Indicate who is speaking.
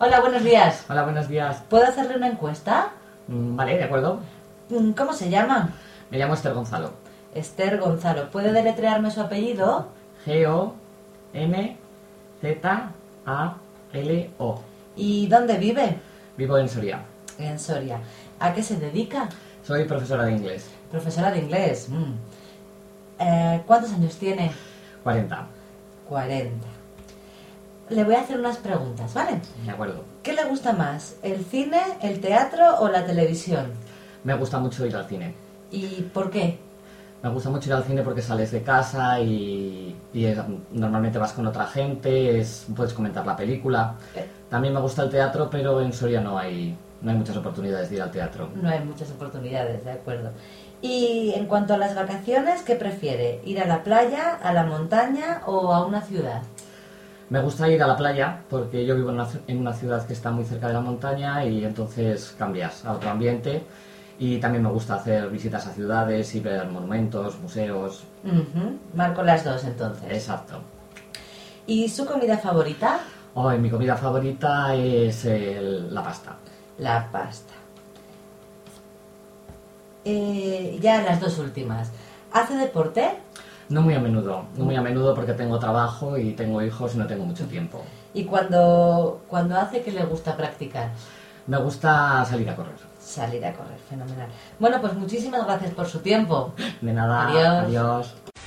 Speaker 1: Hola, buenos días.
Speaker 2: Hola, buenos días.
Speaker 1: ¿Puedo hacerle una encuesta?
Speaker 2: Mm, Vale, de acuerdo.
Speaker 1: Mm, ¿Cómo se llama?
Speaker 2: Me llamo Esther Gonzalo.
Speaker 1: Esther Gonzalo. ¿Puede deletrearme su apellido?
Speaker 2: G-O-M-Z-A-L-O.
Speaker 1: ¿Y dónde vive?
Speaker 2: Vivo en Soria.
Speaker 1: En Soria. ¿A qué se dedica?
Speaker 2: Soy profesora de inglés.
Speaker 1: Profesora de inglés. mm. Eh, ¿Cuántos años tiene?
Speaker 2: 40.
Speaker 1: 40. Le voy a hacer unas preguntas, ¿vale?
Speaker 2: De acuerdo.
Speaker 1: ¿Qué le gusta más? ¿El cine, el teatro o la televisión?
Speaker 2: Me gusta mucho ir al cine.
Speaker 1: ¿Y por qué?
Speaker 2: Me gusta mucho ir al cine porque sales de casa y, y es- normalmente vas con otra gente, es- puedes comentar la película.
Speaker 1: Eh,
Speaker 2: También me gusta el teatro, pero en Soria no hay, no hay muchas oportunidades de ir al teatro.
Speaker 1: No hay muchas oportunidades, de acuerdo. Y en cuanto a las vacaciones, ¿qué prefiere? ¿Ir a la playa, a la montaña o a una ciudad?
Speaker 2: Me gusta ir a la playa porque yo vivo en una, ci- en una ciudad que está muy cerca de la montaña y entonces cambias a otro ambiente. Y también me gusta hacer visitas a ciudades y ver monumentos, museos.
Speaker 1: Ujú, Marco las dos entonces.
Speaker 2: Exacto.
Speaker 1: ¿Y su comida favorita?
Speaker 2: Hoy mi comida favorita es el- la pasta.
Speaker 1: La pasta. Eh, ya las dos últimas. ¿Hace deporte?
Speaker 2: No muy a menudo, no muy a menudo porque tengo trabajo y tengo hijos y no tengo mucho tiempo.
Speaker 1: ¿Y cuando, cuando hace que le gusta practicar?
Speaker 2: Me gusta salir a correr.
Speaker 1: Salir a correr, fenomenal. Bueno, pues muchísimas gracias por su tiempo.
Speaker 2: De nada,
Speaker 1: Adiós.
Speaker 2: adiós.